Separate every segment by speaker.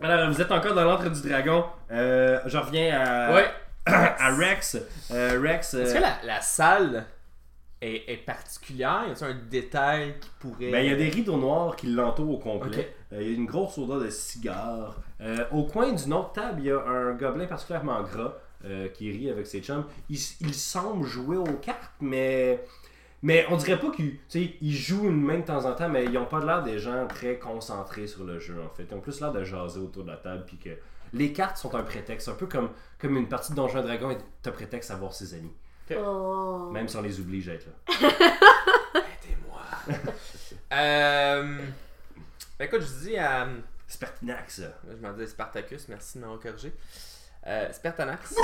Speaker 1: Alors, vous êtes encore dans l'entre du dragon. Euh, je reviens à,
Speaker 2: Ouais.
Speaker 1: à Rex. Euh, Rex. euh,
Speaker 2: Est-ce que la, la salle est, est particulière? Y a-t-il un détail qui pourrait.
Speaker 1: Ben, il y a des rideaux noirs qui l'entourent au complet.
Speaker 2: Ok.
Speaker 1: Euh, Il y a une grosse odeur de cigare. Euh, au coin d'une autre table, il y a un gobelin particulièrement gras euh, qui rit avec ses chums. Il, s- il semble jouer aux cartes, mais. Mais on dirait pas qu'ils tu sais, ils jouent une main de temps en temps, mais ils ont pas l'air des gens très concentrés sur le jeu en fait. Ils ont plus l'air de jaser autour de la table puis que les cartes sont un prétexte, un peu comme, comme une partie de Donjons et Dragons est un prétexte à voir ses amis,
Speaker 3: Oh.
Speaker 1: même si on les oblige à être là.
Speaker 2: Aidez-moi. euh... ben, écoute, je dis à.
Speaker 1: C'est pertinent que ça.
Speaker 2: Je m'en disais Spartacus, merci de m'avoir corrigé. Euh, Spartanax.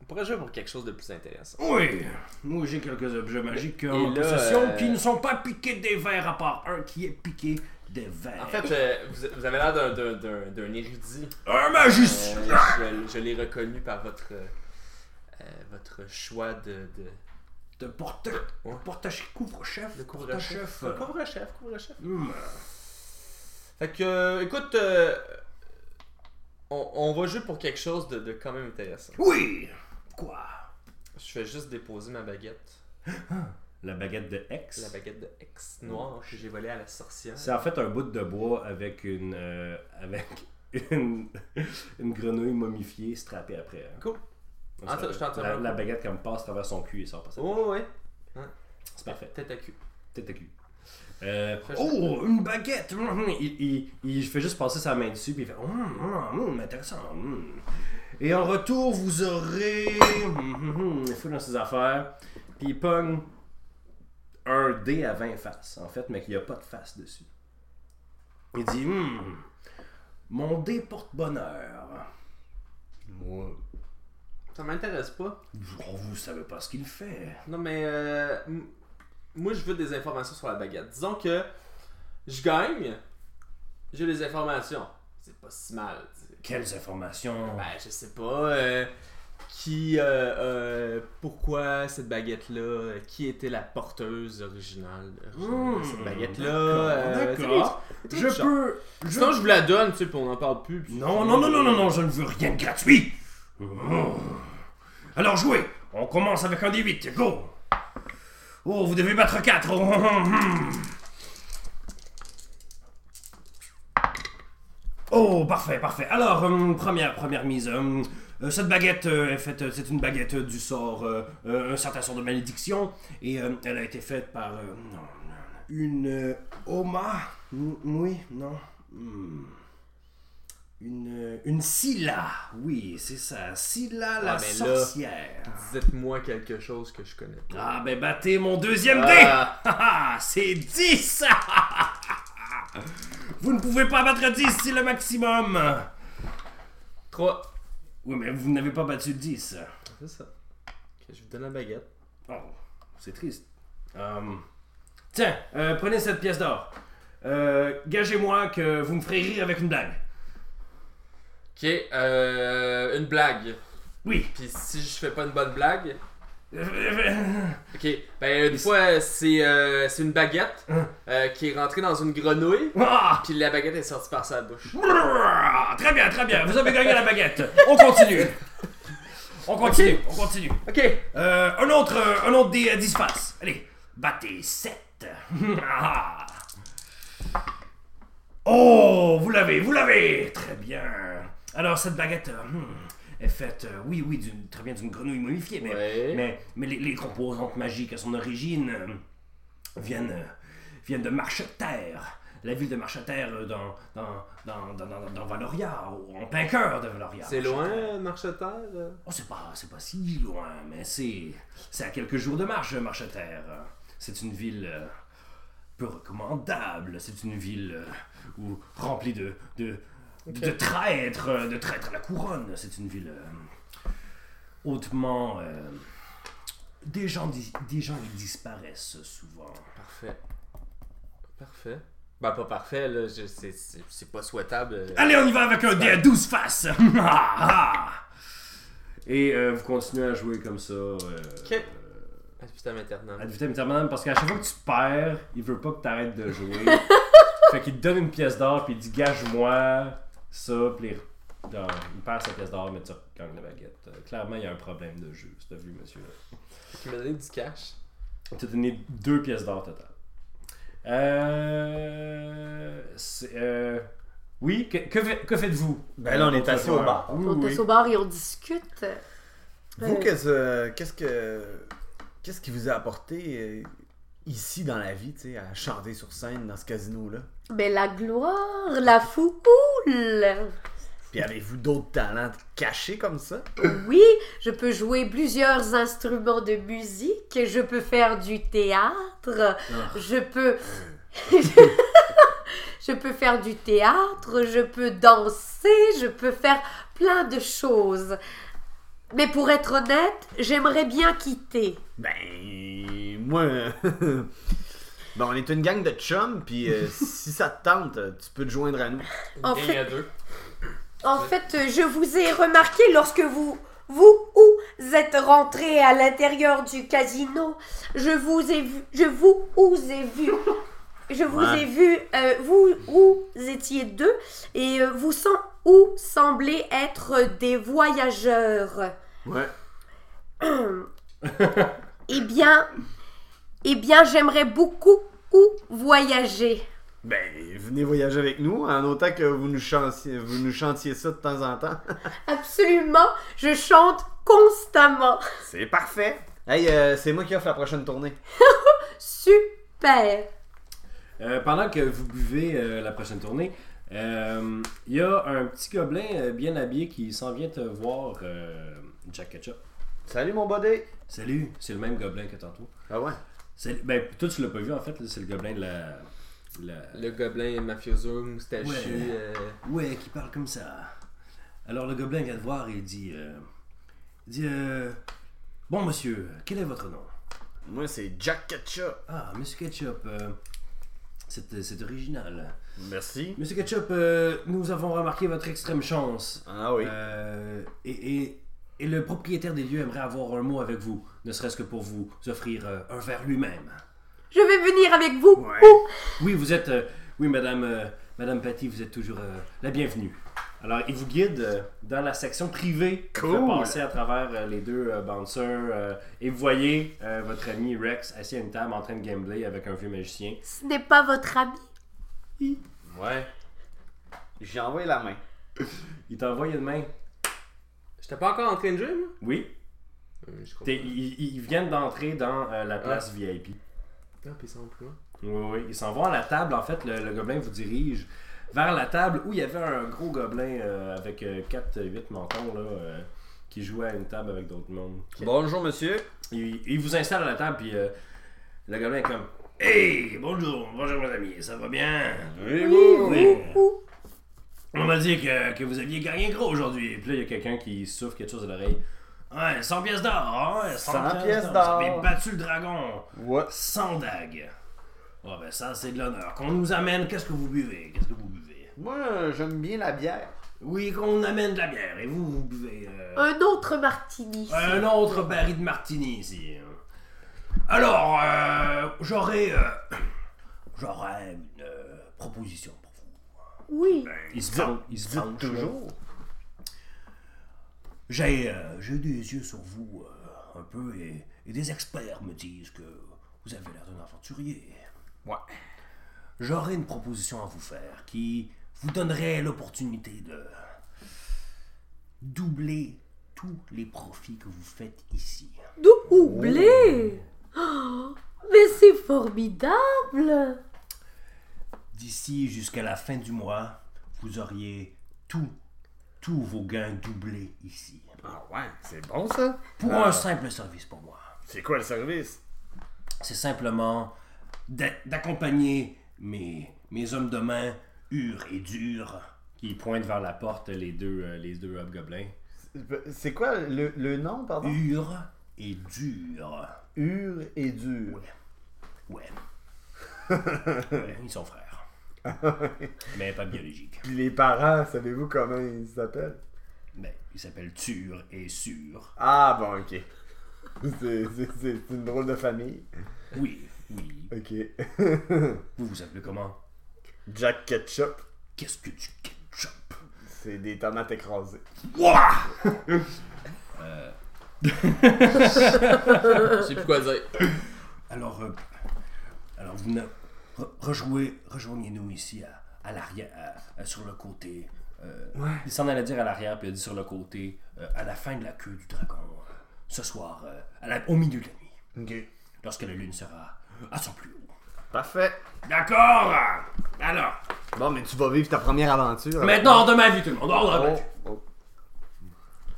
Speaker 2: On pourrait jouer pour quelque chose de plus intéressant.
Speaker 1: Oui, moi j'ai quelques objets magiques qui
Speaker 2: Et
Speaker 1: en
Speaker 2: là,
Speaker 1: possession
Speaker 2: euh,
Speaker 1: qui ne sont pas piqués des verres à part un qui est piqué des verres.
Speaker 2: En fait, euh, vous, vous avez l'air d'un- d'un- d'un d'un érudit.
Speaker 1: un
Speaker 2: Euh,
Speaker 1: magicien.
Speaker 2: je je l'ai reconnu par votre, euh, euh, votre choix de, de,
Speaker 1: De porte,
Speaker 2: Ouais.
Speaker 1: porte couvre-chef,
Speaker 2: de
Speaker 1: porte-chef.
Speaker 2: couvre-chef. De Couvre-chef, couvre-chef.
Speaker 1: Hum,
Speaker 2: Fait que, euh, écoute, euh, on, on va jouer pour quelque chose de, de quand même intéressant.
Speaker 1: Oui. Quoi
Speaker 2: Je vais juste déposer ma baguette.
Speaker 1: La baguette de
Speaker 2: La
Speaker 1: Hex.
Speaker 2: baguette de ex noire que j'ai volée à la sorcière.
Speaker 1: C'est en fait un bout de bois avec une euh, avec une, une grenouille momifiée strappée après. hein.
Speaker 2: Cool.
Speaker 1: On
Speaker 2: Ah,
Speaker 1: se
Speaker 2: ça, je t'entends
Speaker 1: la,
Speaker 2: bien.
Speaker 1: la baguette comme passe à travers son cul et sort par sa
Speaker 2: Oh, ouais.
Speaker 1: C'est parfait.
Speaker 2: Tête à cul.
Speaker 1: Tête à cul. Euh,
Speaker 2: Fais ça.
Speaker 1: oh, une baguette! Hum, hum. Il, il, il fait juste passer sa main dessus, puis il fait Hum, hum, hum, intéressant. hum. Et en retour, vous aurez. hum, hum, hum. Il faut dans ses affaires. Puis il pogne un dé à 20 faces, en fait, mais qu'il n'y a pas de face dessus. Il dit Hum, Mon dé porte bonheur. Moi,
Speaker 2: Ça m'intéresse pas.
Speaker 1: vous- Oh, vous savez pas ce qu'il fait.
Speaker 2: Non, mais euh, m- moi, je veux des informations sur la baguette. Disons que je gagne, j'ai des informations. C'est pas si mal. tu sais.
Speaker 1: Quelles informations?
Speaker 2: Ben, je sais pas. euh, qui. euh, euh, pourquoi cette baguette-là euh, Qui était la porteuse originale de originale de cette
Speaker 1: Hmm,
Speaker 2: baguette-là
Speaker 1: d'accord,
Speaker 2: euh, tu sais,
Speaker 1: d'accord.
Speaker 2: des- des
Speaker 1: Je
Speaker 2: trucs du genre.
Speaker 1: peux. Je
Speaker 2: Sinon, je vous la donne, tu sais, puis on en parle plus. puis-
Speaker 1: Non, non, non, non, non, non, je ne veux rien de gratuit. Oh. Alors jouez, on commence avec un des 8, go. Oh, hum, vous devez battre 4. Oh, parfait, parfait. Alors, hum, première, première mise. hum, euh, cette baguette euh, est faite, euh, c'est une baguette euh, du sort, euh, euh, un certain sort de malédiction, et euh, elle a été faite par euh, non, une euh, Oma. Mm, Oui, non. Hmm. Une, euh, une Scylla, oui, c'est ça. Scylla, la
Speaker 2: Ah, mais là-
Speaker 1: sorcière.
Speaker 2: Dites-moi quelque chose que je connais. pas.
Speaker 1: Ah, ben battez mon deuxième dé!
Speaker 2: Ah,
Speaker 1: Ah, c'est 10! vous ne pouvez pas battre 10, c'est le maximum!
Speaker 2: trois.
Speaker 1: Oui, mais vous n'avez pas battu 10.
Speaker 2: C'est ça. Ok, je vous donne la baguette.
Speaker 1: Oh, c'est triste. Hum, tiens, euh, prenez cette pièce d'or. Euh, Gagez-moi que vous me ferez rire avec une blague.
Speaker 2: Ok, euh, une blague.
Speaker 1: Oui.
Speaker 2: Puis si je fais pas une bonne blague,
Speaker 1: Une
Speaker 2: ok, ben une fois euh, c'est euh, c'est une baguette
Speaker 1: Hein.
Speaker 2: euh, qui est rentrée dans une grenouille, puis la baguette est sortie par sa bouche.
Speaker 1: Brrr! Ah. Très bien, très bien. Vous avez gagné la baguette. On continue. On continue, on continue.
Speaker 2: Ok,
Speaker 1: Euh, un autre, euh, un autre dé à 10 faces. Allez, battez 7. oh, vous l'avez, vous l'avez. Très bien. Alors, cette baguette euh, hmm, est faite, euh, oui, oui, d'une- très bien, d'une grenouille momifiée, mais,
Speaker 2: Ouais.
Speaker 1: mais, mais les, les composantes magiques à son origine euh, viennent, euh, viennent de Marcheterre. La ville de Marcheterre euh, dans, dans, dans, dans, dans, dans Valoria, au- en plein cœur de Valoria.
Speaker 2: c'est loin,
Speaker 1: Marcheterre.
Speaker 2: euh, Marcheterre. euh?
Speaker 1: Oh, c'est pas, c'est pas si loin, mais c'est, c'est à quelques jours de marche, Marcheterre. C'est une ville euh, peu recommandable. C'est une ville euh, où, remplie de, de, de- de traîtres, euh, de traîtres à la couronne. C'est une ville euh, hautement. euh, des gens, dis- des gens ils disparaissent souvent.
Speaker 2: Parfait. Parfait. Ben pas parfait, là, je- c'est- c'est c'est pas souhaitable. euh.
Speaker 1: Allez, on y va avec un dé à 12 faces! Ah, Et euh, vous continuez à jouer comme ça. euh,
Speaker 2: Ok. Ah, putain, maintenant.
Speaker 1: Ad vitam aeternam, parce qu'à chaque fois que tu perds, il veut pas que t'arrêtes de jouer. Fait qu'il te donne une pièce d'or, puis il dit gage-moi ça, puis il- dans- il perd sa pièce d'or, mais tu gagnes la baguette. Euh, clairement, il y a un problème de jeu, c'est vu, monsieur-là.
Speaker 2: Qui m'a donné du cash.
Speaker 1: Il t'a donné deux pièces d'or total. Euh. c'est- euh, Oui, que, que fait- que faites-vous
Speaker 3: Ben là, on est assis au
Speaker 1: Joueur.
Speaker 3: bar.
Speaker 1: Oui,
Speaker 4: On
Speaker 1: oui.
Speaker 4: est au bar et on discute.
Speaker 3: Vous,
Speaker 4: Euh,
Speaker 3: qu'est-ce euh, qu'est-ce que qu'est-ce qui vous a apporté euh, ici dans la vie, tu sais, à chanter sur scène dans ce casino-là?
Speaker 4: Mais la gloire, la foule.
Speaker 3: Puis avez-vous d'autres talents cachés comme ça?
Speaker 4: Oui, je peux jouer plusieurs instruments de musique, je peux faire du théâtre, je peux... je peux faire du théâtre, je peux danser, je peux faire plein de choses. Mais pour être honnête, j'aimerais bien quitter.
Speaker 3: Ben, moi... ben, on est une gang de chums, puis euh, si ça te tente, euh, tu peux te joindre à nous.
Speaker 2: Une
Speaker 4: En
Speaker 2: gang
Speaker 4: fait-
Speaker 2: à deux.
Speaker 4: En fait, euh, je vous ai remarqué lorsque vous, vous ou êtes rentré à l'intérieur du casino. Je vous ai vu, je vous ou ai vu. Je vous
Speaker 3: Ouais.
Speaker 4: ai vu, euh, vous ou étiez deux et euh, vous sem- ou semblez être des voyageurs.
Speaker 3: Ouais.
Speaker 4: Eh bien, eh bien, j'aimerais beaucoup ou voyager.
Speaker 3: Ben, venez voyager avec nous, en autant que vous nous chantiez, vous nous chantiez ça de temps en temps.
Speaker 4: Absolument, je chante constamment.
Speaker 3: C'est parfait! Hey, euh, c'est moi qui offre la prochaine tournée.
Speaker 4: Super.
Speaker 1: Euh, pendant que vous buvez euh, la prochaine tournée, euh, il y a un petit gobelin euh, bien habillé qui s'en vient te voir, euh, Jack Ketchup.
Speaker 3: Salut mon body!
Speaker 1: Salut, c'est le même gobelin que tantôt.
Speaker 3: Ah ouais?
Speaker 1: Salut. Ben, toi, tu l'as pas vu en fait, là, c'est le gobelin de la. la-
Speaker 2: Le gobelin mafioso, moustachu.
Speaker 1: Ouais.
Speaker 2: euh,
Speaker 1: Ouais, qui parle comme ça. Alors le gobelin vient te voir et dit. euh, il dit euh, Bon monsieur, quel est votre nom
Speaker 3: Moi, c'est Jack Ketchup.
Speaker 1: Ah, monsieur Ketchup, euh, c'est c'est original.
Speaker 3: Merci.
Speaker 1: Monsieur Ketchup, euh, nous avons remarqué votre extrême chance.
Speaker 3: Ah oui.
Speaker 1: Euh, et, et- et le propriétaire des lieux aimerait avoir un mot avec vous, ne serait-ce que pour vous offrir euh, un verre lui-même.
Speaker 4: Je vais venir avec vous.
Speaker 3: Ouais.
Speaker 4: ou
Speaker 1: Oui, vous êtes. euh, oui, madame, euh, madame Patty, vous êtes toujours euh, la bienvenue. Alors, il vous guide euh, dans la section privée. Il
Speaker 3: Cool.
Speaker 1: Vous fait passer à travers euh, les deux euh, bouncers euh, et vous voyez euh, votre ami Rex assis à une table en train de gambler avec un vieux magicien.
Speaker 4: Ce n'est pas votre ami.
Speaker 3: Ouais. J'ai envoyé la main.
Speaker 1: Il t'envoie une main.
Speaker 2: J'étais pas encore en train de jouer, moi?
Speaker 1: Oui,
Speaker 2: Hum, je
Speaker 1: t'es-
Speaker 2: comprends.
Speaker 1: ils ils- ils viennent d'entrer dans euh, la place VIP.
Speaker 2: Ah, puis ils sont plus loin.
Speaker 1: Oui, oui, ils s'en vont à la table. En fait, le, le gobelin vous dirige vers la table où il y avait un gros gobelin euh, avec 4-8 mentons là, euh, qui jouait à une table avec d'autres mondes.
Speaker 3: Bonjour monsieur.
Speaker 1: Il, il vous installe à la table, puis euh, le gobelin est comme Hey, bonjour, bonjour mes amis, ça va bien?
Speaker 3: Oui,
Speaker 4: Oh.
Speaker 1: oui.
Speaker 4: ou, ou.
Speaker 1: On m'a dit que, que vous aviez gagné gros aujourd'hui. Puis là, il y a quelqu'un qui souffle quelque chose à l'oreille. Ouais, 100 pièces d'or, ouais, 100,
Speaker 3: 100 pièces d'or.
Speaker 1: Vous avez battu le dragon.
Speaker 3: Ouais.
Speaker 1: Sans dague. Ah ben ça, c'est de l'honneur. Qu'on nous amène, qu'est-ce que vous buvez Qu'est-ce que vous buvez
Speaker 3: Moi, euh, j'aime bien la bière.
Speaker 1: Oui, qu'on amène de la bière. Et vous, vous buvez euh,
Speaker 4: Un autre martini.
Speaker 1: un autre baril de martini ici. Alors, euh, j'aurais... euh, j'aurais une euh, proposition pour vous.
Speaker 4: Oui.
Speaker 1: Il se vante, il se vante.
Speaker 3: Toujours.
Speaker 1: J'ai euh, j'ai des yeux sur vous euh, un peu et, et des experts me disent que vous avez l'air d'un aventurier.
Speaker 3: Ouais.
Speaker 1: J'aurais une proposition à vous faire qui vous donnerait l'opportunité de doubler tous les profits que vous faites ici.
Speaker 4: Doublé. Oh, mais c'est
Speaker 1: Euh,
Speaker 4: formidable.
Speaker 1: D'ici jusqu'à la fin du mois, vous auriez tout, tous vos gains doublés ici.
Speaker 3: Ah ouais, c'est bon ça.
Speaker 1: Pour un simple service pour moi.
Speaker 3: C'est quoi le service?
Speaker 1: c'est simplement d'a- d'accompagner mes, mes hommes de main, hurs et durs. Ils pointent vers la porte, les deux, euh, les deux hobgoblins.
Speaker 3: C'est quoi le, le nom, pardon?
Speaker 1: Hurs et durs.
Speaker 3: Ur et dur.
Speaker 1: Ouais. Ouais, ils sont frères. Mais pas biologiques.
Speaker 3: Puis les parents, savez-vous comment ils s'appellent?
Speaker 1: Mais Ben, ils s'appellent Tur et Sur.
Speaker 3: Ah bon, ok. C'est- c'est- C'est une drôle de famille.
Speaker 1: Oui, oui.
Speaker 3: Ok.
Speaker 1: Vous vous appelez comment
Speaker 3: Jack Ketchup,
Speaker 1: Qu'est-ce que tu ketchup?
Speaker 3: c'est des tomates écrasées.
Speaker 1: Ouah!
Speaker 2: Je sais plus quoi dire.
Speaker 1: Alors, euh, alors vous venez- re- rejouez- rejoignez-nous ici à, à l'arrière, à- à- sur le côté. euh, Il s'en allait dire à l'arrière, puis il a dit sur le côté, euh, à la fin de la queue du dragon, euh, ce soir, euh, à la- au milieu de la nuit,
Speaker 3: Ok.
Speaker 1: lorsque la lune sera euh, à son plus haut.
Speaker 3: Parfait.
Speaker 1: D'accord! Alors,
Speaker 3: Bon, mais tu vas vivre ta première aventure.
Speaker 1: maintenant, hors de ma vie, tout le monde, hors de ma
Speaker 3: Oh,
Speaker 1: vie.
Speaker 3: oh.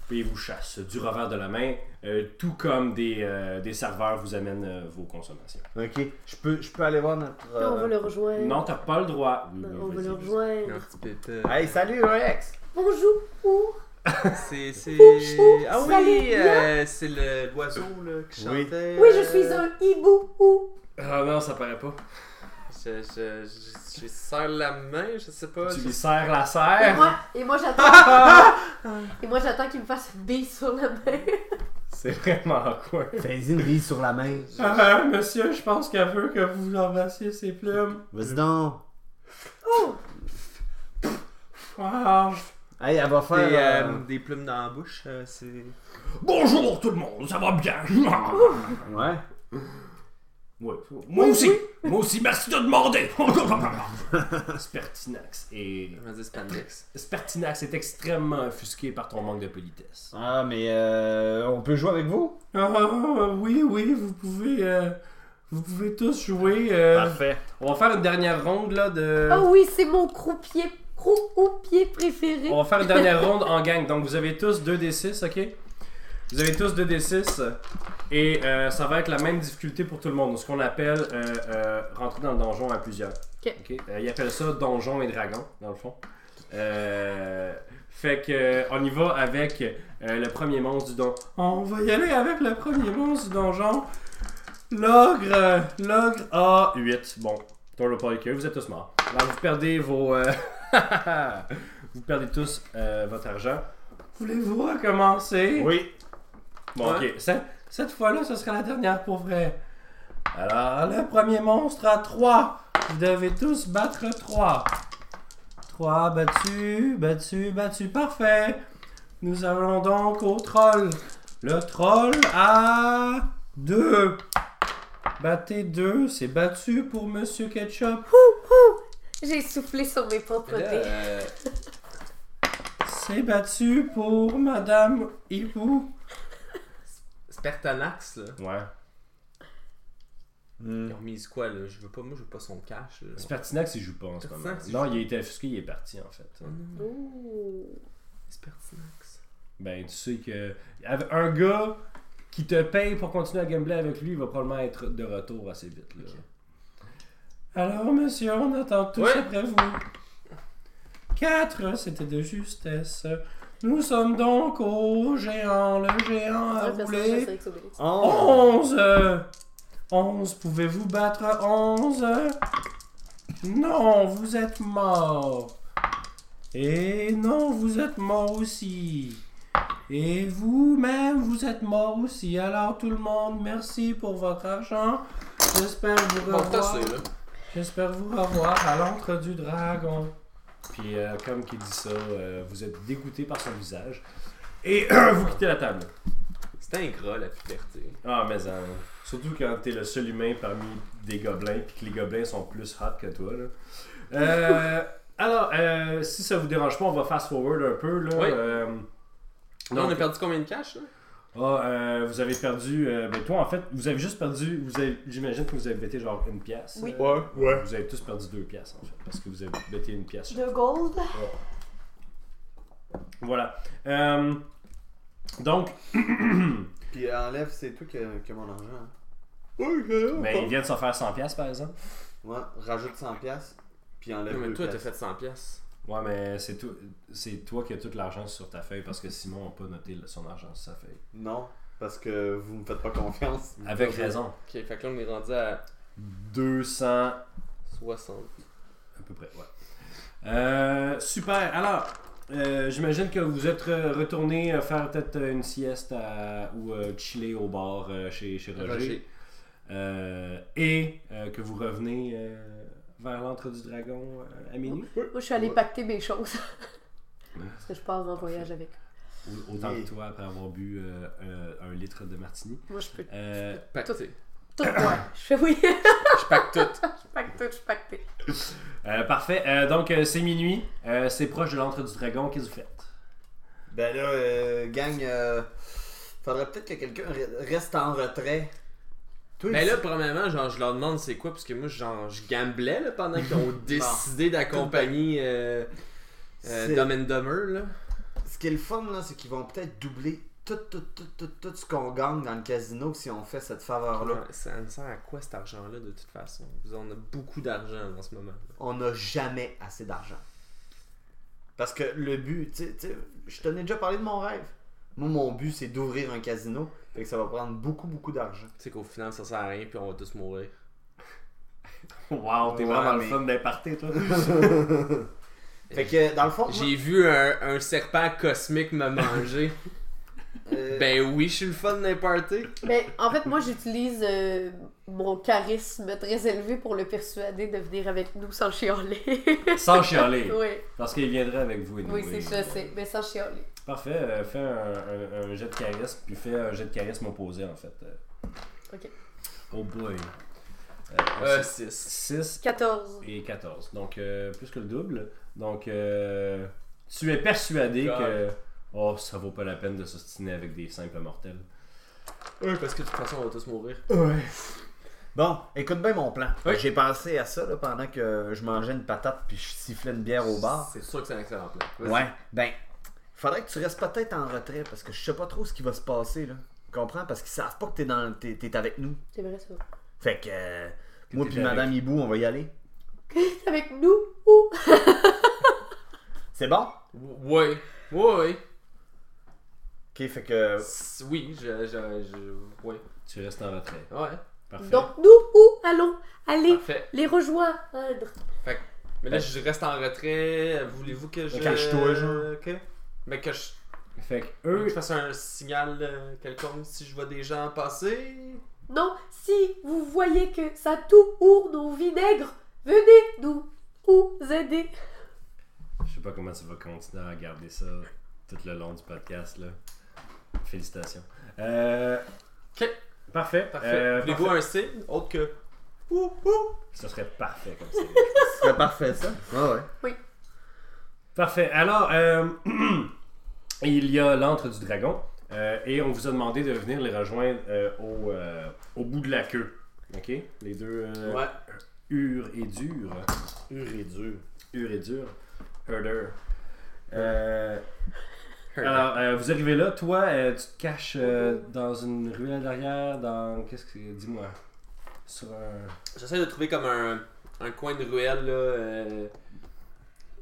Speaker 1: Puis ils vous chassent du revers de la main, euh, tout comme des, euh, des serveurs vous amènent euh, vos consommations.
Speaker 3: Ok, je peux, je peux aller voir notre. euh,
Speaker 4: Non, on va le rejoindre.
Speaker 1: Non, t'as pas le droit. Oui,
Speaker 4: Non,
Speaker 1: oui,
Speaker 4: Bah, on va
Speaker 1: vas-y,
Speaker 4: le
Speaker 1: vas-y.
Speaker 4: rejoindre.
Speaker 3: Hey, salut Rex!
Speaker 4: Bonjour.
Speaker 2: Ah, C'est. c'est...
Speaker 4: Bonjour,
Speaker 2: Ah
Speaker 4: vous allez
Speaker 2: oui,
Speaker 4: bien
Speaker 2: euh, c'est le- l'oiseau là, qui
Speaker 3: Oui.
Speaker 2: chantait.
Speaker 4: Oui, je
Speaker 2: euh,
Speaker 4: suis un hibou. ou.
Speaker 2: Ah non, ça paraît pas. Je, je, je, je lui serre la main, je sais pas.
Speaker 1: Tu
Speaker 2: je-
Speaker 1: lui serres la
Speaker 4: Et
Speaker 1: serre.
Speaker 4: moi, et moi j'attends. et moi j'attends qu'il me fasse une bille sur la main.
Speaker 1: C'est vraiment quoi?
Speaker 3: euh, Fais-y une bise sur la main.
Speaker 1: Euh, monsieur, je pense qu'elle veut que vous embrassiez ses plumes.
Speaker 3: Vas-y donc.
Speaker 4: Oh!
Speaker 3: Hey, elle va
Speaker 2: Des,
Speaker 3: faire.
Speaker 2: euh,
Speaker 3: euh,
Speaker 2: des plumes dans la bouche, euh, c'est.
Speaker 1: Bonjour tout le monde, ça va bien?
Speaker 2: euh,
Speaker 3: Ouais.
Speaker 1: Ouais, moi aussi, moi aussi, merci de demander. Spertinax est...
Speaker 2: Je me dis spandex.
Speaker 1: Spertinax est extrêmement offusqué par ton manque de politesse.
Speaker 3: Ah, mais euh, on peut jouer avec vous?
Speaker 1: Ah, oui, oui, vous pouvez, euh, vous pouvez tous jouer. euh,
Speaker 3: Parfait.
Speaker 1: on va faire une dernière ronde là de.
Speaker 4: Ah oui, c'est mon croupier, croupier préféré.
Speaker 1: On va faire une dernière ronde en gang. Donc vous avez tous 2d6, ok Vous avez tous 2d6 et euh, ça va être la même difficulté pour tout le monde. Ce qu'on appelle euh, euh, rentrer dans le donjon à plusieurs.
Speaker 4: Ok.
Speaker 1: Ok. Euh, ils appellent ça donjon et dragon dans le fond. Euh, fait que euh, on y va avec euh, le premier monstre du donjon. On va y aller avec le premier monstre du donjon. L'ogre, euh, l'ogre a 8. Bon, total pas que vous êtes tous morts. Alors vous perdez vos, euh, vous perdez tous euh, votre argent. Voulez-vous recommencer?
Speaker 3: Oui.
Speaker 1: Bon,
Speaker 2: Ouais.
Speaker 1: ok. Cette, cette fois-là, ce sera la dernière pour vrai. Alors, le premier monstre à 3. Vous devez tous battre 3. 3 battus, battus, battus. Parfait. Nous allons donc au troll. Le troll à 2. Battez 2. C'est battu pour Monsieur Ketchup.
Speaker 4: J'ai soufflé sur mes propres
Speaker 2: Là,
Speaker 4: dés.
Speaker 2: euh,
Speaker 1: C'est battu pour Madame Hibou.
Speaker 2: Spertanax, là.
Speaker 1: Ouais.
Speaker 2: Ils ont mis quoi, là Je veux pas, moi, je veux pas son cash. là.
Speaker 1: Spertinax, il joue pas en ce moment.
Speaker 2: Spertinax, il
Speaker 1: Non,
Speaker 2: joue
Speaker 1: il a été offusqué, il est parti en fait.
Speaker 2: Oh non,
Speaker 4: Ouh.
Speaker 2: Spertanax.
Speaker 1: Ben, tu sais que. av- Un gars qui te paye pour continuer à gambler avec lui, il va probablement être de retour assez vite. Là. Alors, monsieur, on attend tous
Speaker 2: Ouais.
Speaker 1: après vous. 4, c'était de justesse. Nous sommes donc au géant, le géant a
Speaker 4: Ouais, ben personne ne
Speaker 1: roulé.
Speaker 4: chasse avec son bélier.
Speaker 3: Oh!
Speaker 1: 11 11, pouvez-vous battre 11 Non, vous êtes mort. Et non, vous êtes mort aussi. Et vous-même, vous êtes mort aussi. Alors tout le monde, merci pour votre argent. J'espère vous
Speaker 2: Bon, t'as
Speaker 1: revoir.
Speaker 2: assez, là.
Speaker 1: J'espère vous revoir à l'antre du dragon. Puis euh, comme qui dit ça, euh, vous êtes dégoûté par son visage. Et vous quittez la table.
Speaker 2: C'était ingrat, la puberté.
Speaker 1: Ah, mais hein. surtout quand t'es le seul humain parmi des gobelins, puis que les gobelins sont plus hot que toi. Là. Euh, alors, euh, si ça vous dérange pas, on va fast forward un peu. Là.
Speaker 2: Oui.
Speaker 1: Euh,
Speaker 2: Là, on a
Speaker 1: donc,
Speaker 2: perdu combien de cash, là
Speaker 1: ah, euh, vous avez perdu. euh, ben toi, en fait, vous avez juste perdu. Vous avez- J'imagine que vous avez bêté genre une pièce.
Speaker 2: Oh!
Speaker 4: Oui.
Speaker 1: euh,
Speaker 3: ouais.
Speaker 1: Vous avez tous perdu deux pièces, en fait, parce que vous avez bêté une pièce.
Speaker 4: De gold.
Speaker 1: Voilà. Euh, donc,
Speaker 3: Puis euh, enlève, c'est toi qui as mon argent. hein.
Speaker 1: mais il vient de s'en faire 100 pièces, par exemple.
Speaker 3: Ouais, rajoute 100$, piastres, puis enlève.
Speaker 2: Non, mais
Speaker 3: deux
Speaker 2: toi, t'as
Speaker 3: piastres.
Speaker 2: fait 100 pièces.
Speaker 1: Ouais, mais c'est toi, c'est toi qui as tout l'argent sur ta feuille parce que Simon n'a pas noté le- son argent sur sa feuille.
Speaker 3: Non, parce que vous me faites pas confiance.
Speaker 2: Ah.
Speaker 1: Avec raison.
Speaker 2: Ok, fait que là, on est rendu à
Speaker 1: 200 à
Speaker 2: 60.
Speaker 1: peu près, ouais. Euh, super. Alors, euh, j'imagine que vous êtes re- retourné euh, faire peut-être euh, une sieste à- ou euh, chiller au bar euh, chez, chez Roger.
Speaker 2: Roger.
Speaker 1: Euh, et euh, que vous revenez euh, vers l'antre du dragon euh, à minuit.
Speaker 4: Moi, je suis allée pacter mes choses. Parce que je pars en voyage avec.
Speaker 1: Au- Autant
Speaker 3: Yeah.
Speaker 1: que toi après avoir bu euh, euh, un litre de martini.
Speaker 4: Moi, je peux
Speaker 1: Euh,
Speaker 2: Pacté.
Speaker 4: tout, moi. Je fais oui.
Speaker 2: Je pack tout.
Speaker 4: je pacte tout, je pacte tout.
Speaker 1: euh, parfait. Euh, donc euh, c'est minuit. Euh, c'est proche de l'antre du dragon. Qu'est-ce que vous faites?
Speaker 3: Ben là, euh, gang, euh, faudrait peut-être que quelqu'un re- reste en retrait. Toi,
Speaker 2: Mais
Speaker 3: tu-
Speaker 2: Ben là, premièrement, genre, je leur demande c'est quoi, parce que moi, genre, je gamblais là, pendant qu'ils ont décidé d'accompagner euh, euh,
Speaker 3: C'est-
Speaker 2: Dumb and Dumber. Là.
Speaker 3: ce qui est le fun, là, c'est qu'ils vont peut-être doubler tout, tout, tout, tout, tout ce qu'on gagne dans le casino si on fait cette faveur-là.
Speaker 2: Ouais, Ça me sert à quoi cet argent-là, de toute façon Vous en avez beaucoup d'argent en ce moment. là.
Speaker 3: On n'a jamais assez d'argent. Parce que le but, tu sais- tu sais, je t'en ai déjà parlé de mon rêve. Moi, mon but, c'est d'ouvrir un casino. Fait que ça va prendre beaucoup, beaucoup d'argent.
Speaker 2: Tu sais qu'au final, ça sert à rien, puis on va tous mourir.
Speaker 1: Wow, t'es
Speaker 3: Ouais,
Speaker 1: vraiment
Speaker 3: mais-
Speaker 1: le fun d'imparter toi.
Speaker 3: Fait que, dans le fond, moi,
Speaker 2: J'ai vu un, un serpent cosmique me manger.
Speaker 3: euh,
Speaker 2: ben oui, je suis le fun d'un party.
Speaker 4: Mais en fait, moi, j'utilise euh, mon charisme très élevé pour le persuader de venir avec nous sans chialer.
Speaker 1: Sans chialer.
Speaker 4: oui,
Speaker 1: Parce qu'il viendrait avec vous.
Speaker 4: oui,
Speaker 1: anyway.
Speaker 4: c'est ça, c'est. Mais sans chialer.
Speaker 1: Parfait. euh, fais un, un- un jet de charisme, puis fais un jet de charisme opposé en fait. euh.
Speaker 4: Ok.
Speaker 1: Oh boy.
Speaker 2: Euh, 6.
Speaker 1: 6
Speaker 4: 14.
Speaker 1: et 14. Donc, euh, plus que le double. Donc, euh, tu es persuadé
Speaker 2: God.
Speaker 1: que. Oh, ça vaut pas la peine de s'ostiner avec des simples mortels.
Speaker 2: Ouais, parce que de toute façon, on va tous mourir.
Speaker 3: Bon, écoute bien mon plan.
Speaker 2: Oui.
Speaker 3: J'ai pensé à ça là, pendant que je mangeais une patate puis je sifflais une bière au bar.
Speaker 2: C'est sûr que c'est un excellent plan. Vas-y.
Speaker 3: Ouais, ben, faudrait que tu restes peut-être en retrait parce que je sais pas trop ce qui va se passer là. Comprends? Parce qu'ils savent pas que t'es dans, t'es, t'es avec nous.
Speaker 4: C'est vrai, ça.
Speaker 3: Fait que euh, moi
Speaker 1: t'es
Speaker 3: puis
Speaker 1: avec.
Speaker 3: Madame Hibou, on va y aller.
Speaker 4: Avec nous ou.
Speaker 3: C'est bon?
Speaker 2: Ouais. Ouais, ouais.
Speaker 3: Ok, fait que
Speaker 2: S- Oui, je. je, je ouais.
Speaker 1: Tu restes en retrait.
Speaker 2: Ouais.
Speaker 1: Parfait.
Speaker 4: Donc, nous ou allons aller
Speaker 2: Parfait.
Speaker 4: les rejoindre.
Speaker 2: Mais là, je reste en retrait. Voulez-vous que je.
Speaker 3: Cache-toi, genre.
Speaker 2: Ok. Mais que je,
Speaker 1: Fait que
Speaker 2: que
Speaker 1: eux,
Speaker 2: je fasse un signal euh, quelconque si je vois des gens passer.
Speaker 4: Non, si vous voyez que ça tourne au vinaigre, venez nous ou aider.
Speaker 1: je sais pas comment tu vas continuer à garder ça tout le long du podcast. là. Félicitations. Euh,
Speaker 2: Ok.
Speaker 1: Parfait.
Speaker 2: Parfait.
Speaker 1: Euh,
Speaker 2: Voulez-vous un signe autre que. Ouh, ouh.
Speaker 1: Ce serait parfait comme ça.
Speaker 3: c'est parfait ça. Ouais, ouais.
Speaker 1: Parfait. Alors, euh, il y a l'antre du dragon euh, et on vous a demandé de venir les rejoindre euh, au, euh, au bout de la queue. OK? Les deux euh,
Speaker 2: Ouais.
Speaker 1: hur et dur.
Speaker 3: Hur et dur.
Speaker 1: Hur et dur. Herder. Euh, alors, euh, vous arrivez là. Toi, euh, tu te caches euh, dans une ruelle derrière, dans... Qu'est-ce que c'est? Dis-moi. Sur un...
Speaker 2: J'essaie de trouver comme un, un coin de ruelle là. euh,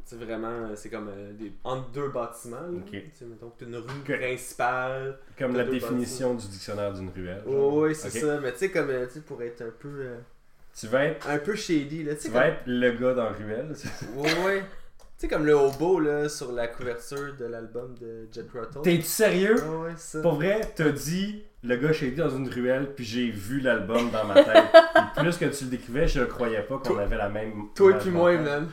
Speaker 2: tu sais, vraiment, euh, c'est comme euh, des, entre deux bâtiments. Là,
Speaker 1: Ok.
Speaker 2: Tu sais, mettons que t'as une rue
Speaker 1: Ok.
Speaker 2: principale.
Speaker 1: Comme
Speaker 2: T'as
Speaker 1: la
Speaker 2: deux
Speaker 1: définition du dictionnaire d'une ruelle. genre.
Speaker 2: Oh, oui, c'est
Speaker 1: Ok.
Speaker 2: ça. Mais tu sais, comme euh, tu sais, pour être un peu, euh,
Speaker 1: Tu vas être,
Speaker 2: un peu shady là. Tu sais,
Speaker 1: tu
Speaker 2: comme,
Speaker 1: vas être le gars dans la ruelle.
Speaker 2: Ouais, ouais. Tu sais, comme le hobo là sur la couverture de l'album de Jet Rattle.
Speaker 1: T'es-tu sérieux?
Speaker 2: Ouais, ouais, c'est ça.
Speaker 1: Pour vrai, t'as dit le gars shady dans une ruelle, puis j'ai vu l'album dans ma tête. Et plus que tu le décrivais, je croyais pas qu'on avait la même.
Speaker 2: Toi
Speaker 1: la
Speaker 2: puis
Speaker 1: même
Speaker 2: moi,
Speaker 1: tête.
Speaker 2: man.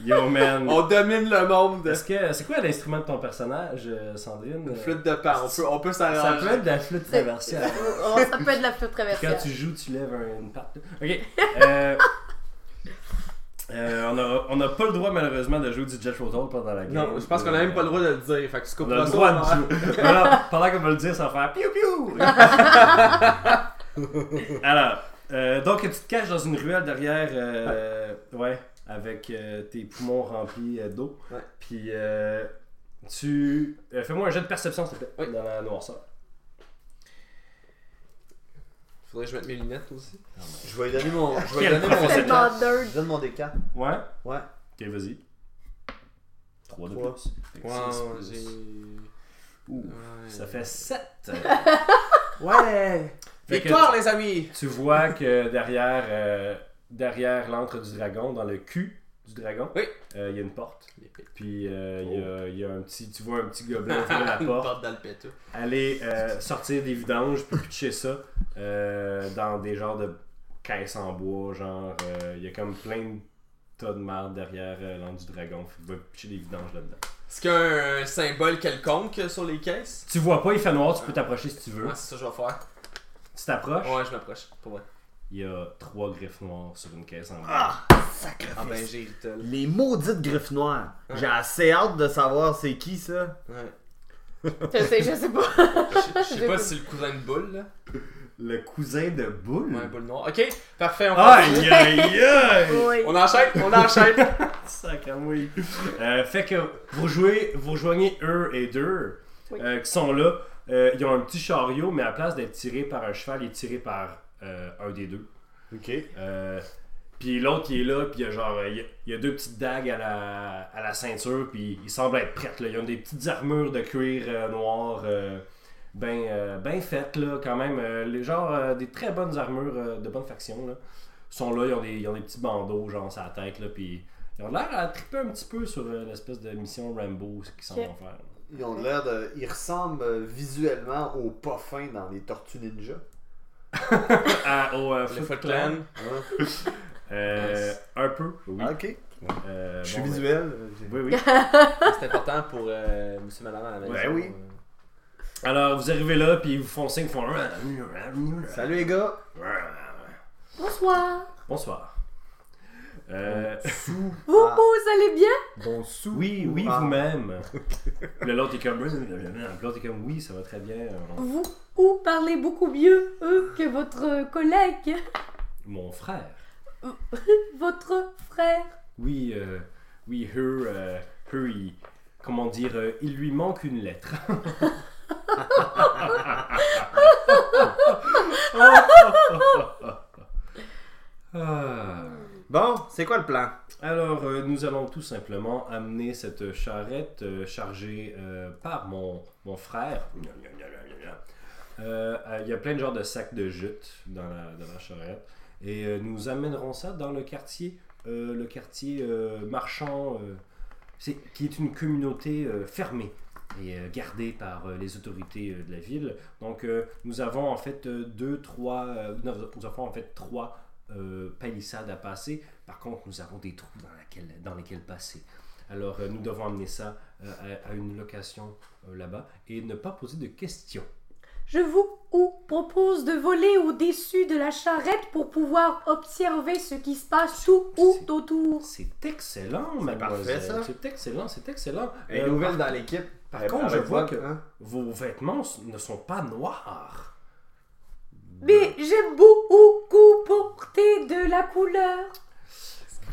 Speaker 1: Yo man.
Speaker 2: On domine le monde.
Speaker 1: Est-ce que c'est quoi l'instrument de ton personnage, euh, Sandrine
Speaker 2: Une flûte de pan. On peut, on peut
Speaker 1: Ça
Speaker 2: s'arranger.
Speaker 1: peut être de la flûte traversière.
Speaker 4: Oh, ça peut être la flûte
Speaker 1: Quand
Speaker 4: traversière.
Speaker 1: tu joues, tu lèves un- une patte. Ok. Euh, euh, on a- on n'a pas le droit malheureusement de jouer du Jet Rotor pendant la game.
Speaker 2: Non, je pense qu'on a même pas le droit de le dire. Fait que tu
Speaker 1: On a
Speaker 2: comprends
Speaker 1: le
Speaker 2: ça. hein.
Speaker 1: droit
Speaker 2: on
Speaker 1: de
Speaker 2: va-
Speaker 1: jouer. Voilà, pendant qu'on va le dire sans faire piou piou. Alors, euh, donc tu te caches dans une ruelle derrière, euh, ouais, avec euh, tes poumons remplis euh, d'eau.
Speaker 2: Ouais.
Speaker 1: Puis euh, tu euh, fais-moi un jet de perception, s'il te plaît,
Speaker 2: Oui.
Speaker 1: dans la noirceur.
Speaker 2: Faudrait que je mette mes lunettes aussi.
Speaker 3: Je vais lui donner mon. Je vais lui
Speaker 1: Quel
Speaker 3: donner mon
Speaker 1: professionnel.
Speaker 3: décan.
Speaker 4: Tellement nerd.
Speaker 3: Je donne mon décan.
Speaker 1: Ouais.
Speaker 3: Ouais.
Speaker 1: Ok, vas-y. 3 de
Speaker 2: Trois.
Speaker 1: plus. Fait que
Speaker 2: Ouais,
Speaker 1: six
Speaker 2: j'ai.
Speaker 1: plus. Ouh,
Speaker 2: Ouais.
Speaker 1: ça fait 7.
Speaker 3: Ouais!
Speaker 2: Victoire, les amis!
Speaker 1: Tu vois que derrière, euh, derrière l'antre du dragon, dans le cul du dragon,
Speaker 2: Oui. Oh.
Speaker 1: euh, il y a une porte. Puis euh, il y a- il y, a un petit, tu vois un petit gobelin ouvrir la
Speaker 2: Une
Speaker 1: porte,
Speaker 2: porte dans le pétou.
Speaker 1: aller euh, sortir des vidanges, puis pitcher ça euh, dans des genres de caisses en bois, genre euh, il y a comme plein de tas de merde derrière euh, l'an du dragon. Fait qu'il va pitcher des vidanges là-dedans.
Speaker 2: Est-ce qu'il y a un symbole quelconque sur les caisses
Speaker 1: Tu vois pas, il fait noir, tu peux t'approcher si tu veux.
Speaker 2: Ouais, c'est ça que je vais faire.
Speaker 1: Tu t'approches,
Speaker 2: Ouais, je m'approche, pour vrai.
Speaker 1: il y a trois griffes noires sur une caisse en bois.
Speaker 3: Ah,
Speaker 2: Ah ben,
Speaker 3: sacrifice.
Speaker 2: j'ai Rital.
Speaker 3: Les maudites griffes noires. J'ai assez hâte de savoir c'est qui ça.
Speaker 2: Ouais.
Speaker 4: Je sais, je sais pas.
Speaker 2: Je je sais pas si c'est le cousin de Boule, là.
Speaker 1: Le cousin de Boule?
Speaker 2: Ouais, Boule noire. Ok, parfait, on
Speaker 1: Aïe aïe aïe!
Speaker 4: Oui.
Speaker 2: On enchaîne, on enchaîne.
Speaker 1: Sacramouille. Euh, fait que vous jouez, vous rejoignez eux et deux
Speaker 4: Oui.
Speaker 1: euh, qui sont là. Euh, ils ont un petit chariot, mais à place d'être tiré par un cheval, il est tiré par euh, un des deux.
Speaker 3: Ok.
Speaker 1: Euh, puis l'autre, il est là, puis il y a genre, euh, il y a, il y a deux petites dagues à la, à la ceinture, puis il semble être prêt. Là. Ils ont des petites armures de cuir euh, noir, euh, ben, euh, ben faites, là, quand même. Euh, les, genre, euh, des très bonnes armures euh, de bonne faction, là. Ils sont là, ils ont des, ils ont des petits bandeaux, genre, sur la tête, là, puis ils ont l'air à triper un petit peu sur euh, l'espèce de mission Rambo ce qu'ils s'en
Speaker 4: Ok.
Speaker 1: vont faire. là.
Speaker 3: Ils ont l'air de. Ils ressemblent euh, visuellement aux poffins dans les Tortues Ninja.
Speaker 1: À- au euh,
Speaker 2: Le
Speaker 1: Foot Clan.
Speaker 2: Foot Clan.
Speaker 3: Hein?
Speaker 1: Euh,
Speaker 2: Nice.
Speaker 1: Un peu, oui.
Speaker 3: Ah, ok.
Speaker 1: Euh,
Speaker 3: Je suis
Speaker 1: bon, ben-
Speaker 3: visuel. j'ai-
Speaker 1: Oui, oui.
Speaker 2: C'est important pour euh, monsieur madame à la maison.
Speaker 1: Ouais,
Speaker 3: oui.
Speaker 1: Alors, vous arrivez là, puis ils vous font signe, ils font...
Speaker 3: Salut les gars.
Speaker 4: Bonsoir.
Speaker 1: Bonsoir. Euh,
Speaker 4: Vous,
Speaker 3: Ah.
Speaker 4: vous allez bien
Speaker 3: Bon sou.
Speaker 1: oui, oui,
Speaker 3: Ah.
Speaker 1: vous-même. Le l'autre est comme... L'autre est comme, oui, ça va très bien. euh,
Speaker 4: Vous, ou parlez beaucoup mieux, eux, que votre collègue,
Speaker 1: Mon frère.
Speaker 4: votre frère.
Speaker 1: Oui, euh, oui, her, euh, her, il- comment dire, euh, il lui manque une lettre. Ah.
Speaker 3: Bon, c'est quoi le plan?
Speaker 1: Alors, euh, nous allons tout simplement amener cette charrette euh, chargée euh, par mon, mon frère. Euh, euh, Il y a plein de genres de sacs de jute dans la, dans la charrette. Et euh, nous amènerons ça dans le quartier, euh, le quartier euh, marchand, euh, c'est- qui est une communauté euh, fermée et euh, gardée par euh, les autorités euh, de la ville. Donc, euh, nous avons en fait euh, deux, trois, euh, non, nous avons en fait trois euh, palissades à passer. Par contre, nous avons des trous dans, laquelle- dans lesquels passer. Alors, euh, nous devons amener ça euh, à, à une location euh, là-bas et ne pas poser de questions.
Speaker 4: Je vous ou propose de voler au-dessus de la charrette pour pouvoir observer ce qui se passe tout ou autour.
Speaker 1: C'est excellent, mademoiselle.
Speaker 3: parfait, ça.
Speaker 1: C'est excellent, c'est excellent.
Speaker 3: Une
Speaker 1: Euh,
Speaker 3: nouvelle dans l'équipe.
Speaker 1: par
Speaker 3: Euh,
Speaker 1: contre, je
Speaker 3: avec
Speaker 1: vois
Speaker 3: Bob,
Speaker 1: que-
Speaker 3: hein?
Speaker 1: Vos vêtements s- ne sont pas noirs.
Speaker 4: Mais j'aime beaucoup porter de la couleur.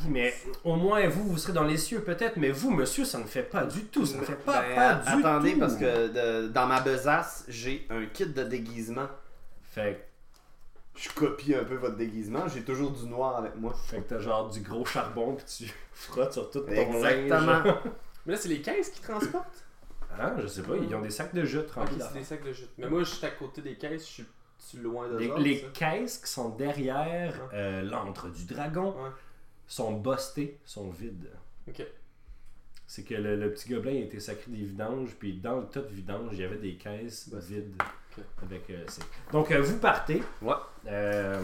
Speaker 1: Oui, mais au moins, vous, vous serez dans les cieux peut-être, mais vous, monsieur, ça ne fait pas du tout. Ça ne fait pas,
Speaker 3: Ben,
Speaker 1: pas du
Speaker 3: attendez,
Speaker 1: tout.
Speaker 3: parce que de- dans ma besace, j'ai un kit de déguisement.
Speaker 1: Fait,
Speaker 3: Je copie un peu votre déguisement. J'ai toujours du noir avec moi.
Speaker 1: fait que t'as genre du gros charbon, puis tu frottes sur tout ton linge.
Speaker 3: Exactement.
Speaker 2: Mais là, c'est les caisses qui transportent.
Speaker 1: Hein, je sais pas, ils ont des sacs de jute
Speaker 2: Ok,
Speaker 1: remplis
Speaker 2: c'est
Speaker 1: d'affaires.
Speaker 2: des sacs de jute. Mais moi, je suis à côté des caisses, je suis tu loin de
Speaker 1: Les,
Speaker 2: genre,
Speaker 1: les
Speaker 2: ça.
Speaker 1: caisses qui sont derrière
Speaker 2: Ouais.
Speaker 1: euh, l'antre du dragon
Speaker 2: Ouais.
Speaker 1: sont bostées, sont vides.
Speaker 2: Ok.
Speaker 1: C'est que le, le petit gobelin a été sacré des vidanges, puis dans le tas de vidanges, il y avait des caisses vides.
Speaker 2: Ok.
Speaker 1: Avec, euh, c'est- Donc, euh, vous partez.
Speaker 3: Ouais.
Speaker 1: Euh,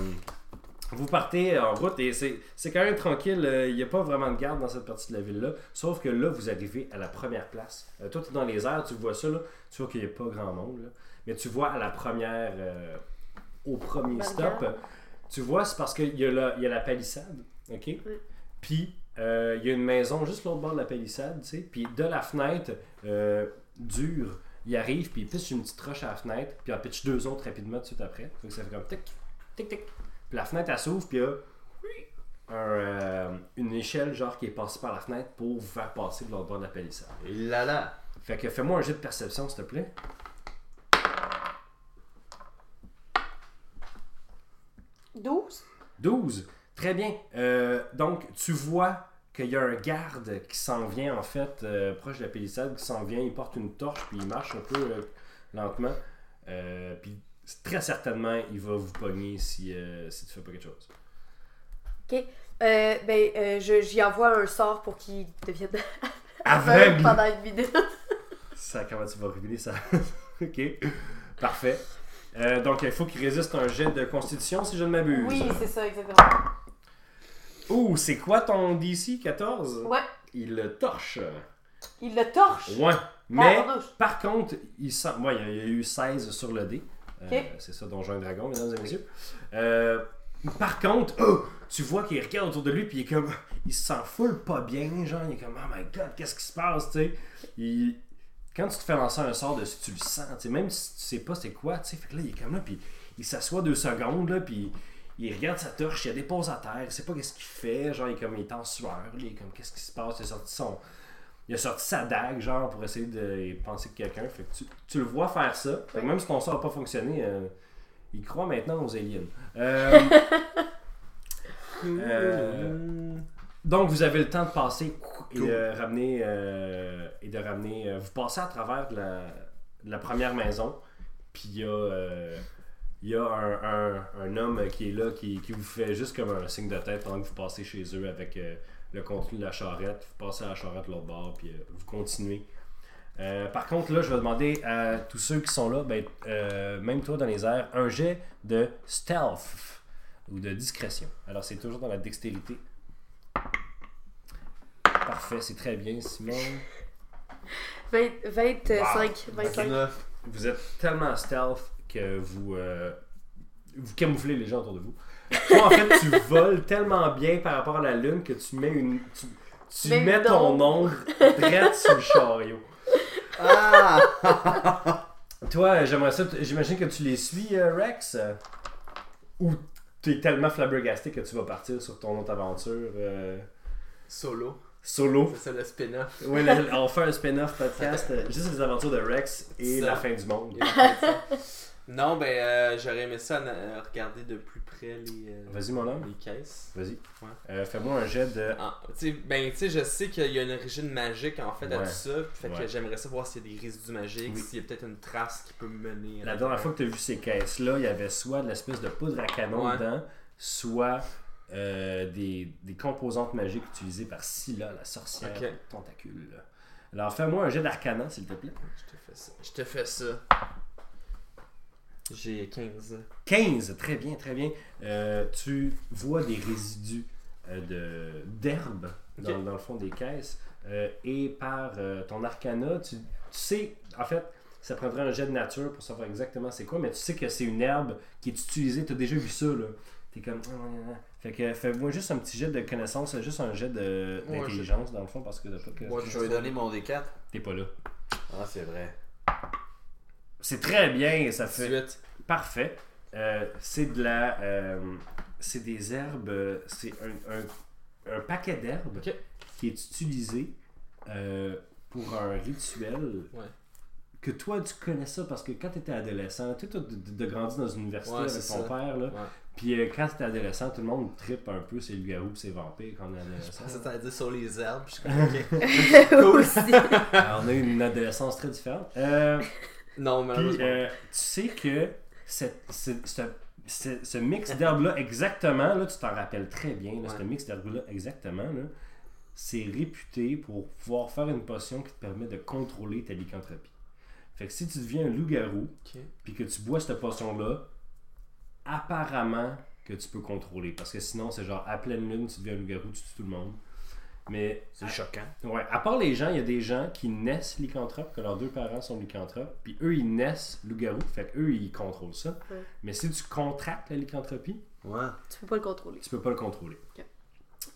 Speaker 1: vous partez en route et c'est c'est quand même tranquille. euh, Il n'y a pas vraiment de garde dans cette partie de la ville-là. Sauf que là, vous arrivez à la première place. Euh, toi, tu dans les airs, tu vois ça. Là. Tu vois qu'il n'y a pas grand monde. là. Mais tu vois à la première, euh, au premier stop,
Speaker 4: Burger.
Speaker 1: tu vois, c'est parce qu'il y, a la- il y a la palissade. OK? Puis, euh, il y a une maison juste l'autre bord de la palissade, tu sais. Puis, de la fenêtre, euh, dure, il arrive, puis il pitch une petite roche à la fenêtre, puis il en pitch deux autres rapidement tout de suite après. Fait que ça fait comme tic, tic, tic. Puis la fenêtre, elle s'ouvre, puis il y a un, euh, une échelle, genre, qui est passée par la fenêtre pour vous faire passer de l'autre bord de la palissade.
Speaker 3: là là.
Speaker 1: Fait que fais-moi un jet de perception, s'il te plaît.
Speaker 4: Douze
Speaker 1: 12. Très bien. Euh, donc, tu vois qu'il y a un garde qui s'en vient, en fait, euh, proche de la palissade, qui s'en vient, il porte une torche, puis il marche un peu euh, lentement. Euh, puis très certainement, il va vous pogner si, euh, si tu fais pas quelque chose.
Speaker 4: Euh, ben, euh, je- j'y envoie un sort pour qu'il devienne aveugle
Speaker 1: Aveugle!
Speaker 4: pendant une vidéo.
Speaker 1: Ça, comment tu vas révéler ça? ok. Parfait. Euh, donc, il faut qu'il résiste à un jet de constitution, si je ne m'abuse.
Speaker 4: Oui, c'est ça, exactement.
Speaker 1: Ouh, c'est quoi ton DC 14
Speaker 4: Ouais,
Speaker 1: Il le torche.
Speaker 4: il le torche.
Speaker 1: Ouais. Mais
Speaker 4: Tabarnouche.
Speaker 1: par contre, il sent. ouais, il y a eu 16 sur le dé. Euh,
Speaker 4: Ok.
Speaker 1: c'est ça, Donjon et Dragon, mesdames et messieurs. Euh, par contre, oh, tu vois qu'il regarde autour de lui, puis il est comme. Il se sent full pas bien, genre. Il est comme, oh my god, qu'est-ce qui se passe, tu sais. Il- Quand tu te fais lancer un sort dessus, tu le sens, tu sais, même si tu sais pas c'est quoi, tu sais. Fait que là, il est comme là, puis il s'assoit deux secondes, là, puis. Il regarde sa torche, il la dépose à terre, il sait pas qu'est-ce qu'il fait, genre il est comme il est en sueur, là, il est comme qu'est-ce qui se passe, il a sorti son, il a sorti sa dague, genre, pour essayer de penser que quelqu'un. Fait que tu, tu le vois faire ça. Fait que même si ton sort n'a pas fonctionné, euh, il croit maintenant aux aliens. Euh, Euh, donc, vous avez le temps de passer et de ramener. euh, et de ramener euh, vous passez à travers de la, de la première maison, puis il y a. euh, il y a un, un- un homme qui est là qui, qui vous fait juste comme un signe de tête pendant que vous passez chez eux avec euh, le contenu de la charrette. Vous passez à la charrette de l'autre bord, puis euh, vous continuez. Euh, par contre, là, je vais demander à tous ceux qui sont là, ben, euh, même toi dans les airs, un jet de stealth ou de discrétion. Alors, c'est toujours dans la dextérité. Parfait, c'est très bien, Simon.
Speaker 4: 20, euh, 25, 25.
Speaker 3: 19.
Speaker 1: Vous êtes tellement stealth que vous, euh, vous camouflez les gens autour de vous. Toi, en fait, tu voles tellement bien par rapport à la lune que tu mets une. Tu, tu
Speaker 4: Mets une
Speaker 1: mets ton
Speaker 4: ombre.
Speaker 1: ombre direct sur le chariot.
Speaker 3: Ah!
Speaker 1: Toi, euh, j'aimerais ça. t- J'imagine que tu les suis, euh, Rex. euh, ou t'es tellement flabbergasté que tu vas partir sur ton autre aventure euh,
Speaker 2: Solo.
Speaker 1: solo.
Speaker 2: C'est ça le spin-off.
Speaker 1: Ouais, le- on fait un spin-off podcast. euh, juste les aventures de Rex et
Speaker 2: Ça.
Speaker 1: la fin du monde.
Speaker 2: non, ben, euh, j'aurais aimé ça euh, regarder de plus près les, euh,
Speaker 1: Vas-y, mon homme.
Speaker 2: les caisses.
Speaker 1: Vas-y.
Speaker 2: Ouais.
Speaker 1: Euh, Fais-moi un jet de.
Speaker 2: Ah, tu sais, ben, tu sais, je sais qu'il y a une origine magique en fait à
Speaker 1: Ouais.
Speaker 2: tout ça. Fait que
Speaker 1: Ouais.
Speaker 2: j'aimerais ça voir s'il y a des résidus magiques,
Speaker 1: Oui.
Speaker 2: s'il y a peut-être une trace qui peut me mener. à
Speaker 1: La dernière fois que tu as vu ces caisses-là, il y avait soit de l'espèce de poudre à canon
Speaker 2: Ouais.
Speaker 1: dedans, soit euh, des, des composantes magiques utilisées par Scylla, la sorcière
Speaker 2: Ok.
Speaker 1: tentacule. Alors fais-moi un jet d'arcana, s'il te plaît.
Speaker 2: Je te fais ça. Je te fais ça. J'ai 15.
Speaker 1: 15, très bien, très bien. Euh, tu vois des résidus euh, de- d'herbe dans,
Speaker 2: Ok.
Speaker 1: dans le fond des caisses. euh, et par euh, ton arcana, tu, tu sais, en fait, ça prendrait un jet de nature pour savoir exactement c'est quoi, mais tu sais que c'est une herbe qui est utilisée. Tu as déjà vu ça, là. T'es comme. ah, Fait que fais-moi juste un petit jet de connaissance, juste un jet de-
Speaker 2: Ouais,
Speaker 1: d'intelligence, dans le fond, parce que t'as pas de
Speaker 3: Moi, je vais donner mon D4.
Speaker 1: T'es pas là.
Speaker 3: Ah, c'est vrai.
Speaker 1: C'est très bien, ça fait.
Speaker 2: 18.
Speaker 1: Parfait. Euh, c'est de la. euh, c'est des herbes. euh, C'est un, un- un paquet d'herbes
Speaker 2: Ok.
Speaker 1: qui est utilisé euh, pour un rituel.
Speaker 2: Ouais.
Speaker 1: Que toi, tu connais ça parce que quand tu étais adolescent, tu as grandi dans une université
Speaker 2: Ouais,
Speaker 1: avec ton
Speaker 2: c'est ça.
Speaker 1: père. Là.
Speaker 2: Ouais.
Speaker 1: Puis euh, quand tu adolescent, tout le monde tripe un peu, c'est le garou, c'est vampire quand on est adolescent.
Speaker 2: Ça, t'as dit sur les herbes. Je suis comme, ok.
Speaker 4: Aussi.
Speaker 1: Alors, on a eu une adolescence très différente. Euh,
Speaker 2: Non,
Speaker 1: Puis,
Speaker 2: malheureusement.
Speaker 1: euh, tu sais que cette- ce- ce- ce- ce mix d'herbes-là, exactement, là, tu t'en rappelles très bien, là, ce
Speaker 2: Ouais.
Speaker 1: mix d'herbes-là, exactement, là, c'est réputé pour pouvoir faire une potion qui te permet de contrôler ta lycanthropie. Fait que si tu deviens un loup-garou,
Speaker 2: Ok.
Speaker 1: puis que tu bois cette potion-là, apparemment que tu peux contrôler. Parce que sinon, c'est genre à pleine lune, tu deviens un loup-garou, tu tues tout le monde. Mais
Speaker 2: Ah.
Speaker 3: C'est choquant.
Speaker 1: Ouais, à part les gens, il y a des gens qui naissent lycanthropes, que leurs deux parents sont lycanthropes, puis eux, ils naissent loup-garou, fait qu'eux, ils contrôlent ça.
Speaker 4: Ouais.
Speaker 1: Mais si tu contractes la lycanthropie,
Speaker 3: Ouais.
Speaker 4: Tu peux pas le contrôler.
Speaker 1: tu peux pas le contrôler.
Speaker 4: Ok.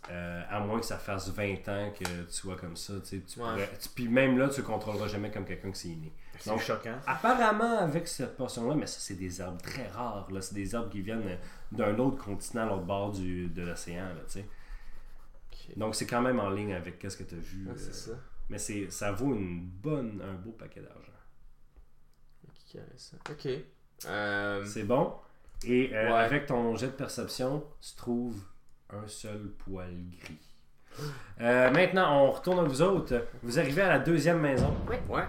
Speaker 1: Euh, à moins que ça fasse 20 ans que tu sois comme ça, tu sais, tu
Speaker 2: Ouais.
Speaker 1: pourrais- tu- Puis même là, tu le contrôleras jamais comme quelqu'un qui s'est inné.
Speaker 3: C'est
Speaker 1: Donc-
Speaker 3: choquant.
Speaker 1: Apparemment, avec cette portion-là, mais ça, c'est des arbres très rares, là. C'est des arbres qui viennent euh, d'un autre continent, à l'autre bord du, de l'océan, là, tu sais.
Speaker 2: Ok.
Speaker 1: Donc, c'est quand même en ligne avec qu'est-ce que tu as vu.
Speaker 2: Ah, c'est
Speaker 1: euh,
Speaker 2: ça.
Speaker 1: mais c'est, ça vaut une bonne, un beau paquet d'argent.
Speaker 2: Qui avait ça? Ok. Euh,
Speaker 1: C'est bon. Et euh,
Speaker 2: Ouais.
Speaker 1: avec ton jet de perception, tu trouves un seul poil gris. Euh, maintenant, on retourne à vous autres. Vous arrivez à la deuxième maison.
Speaker 3: Ouais.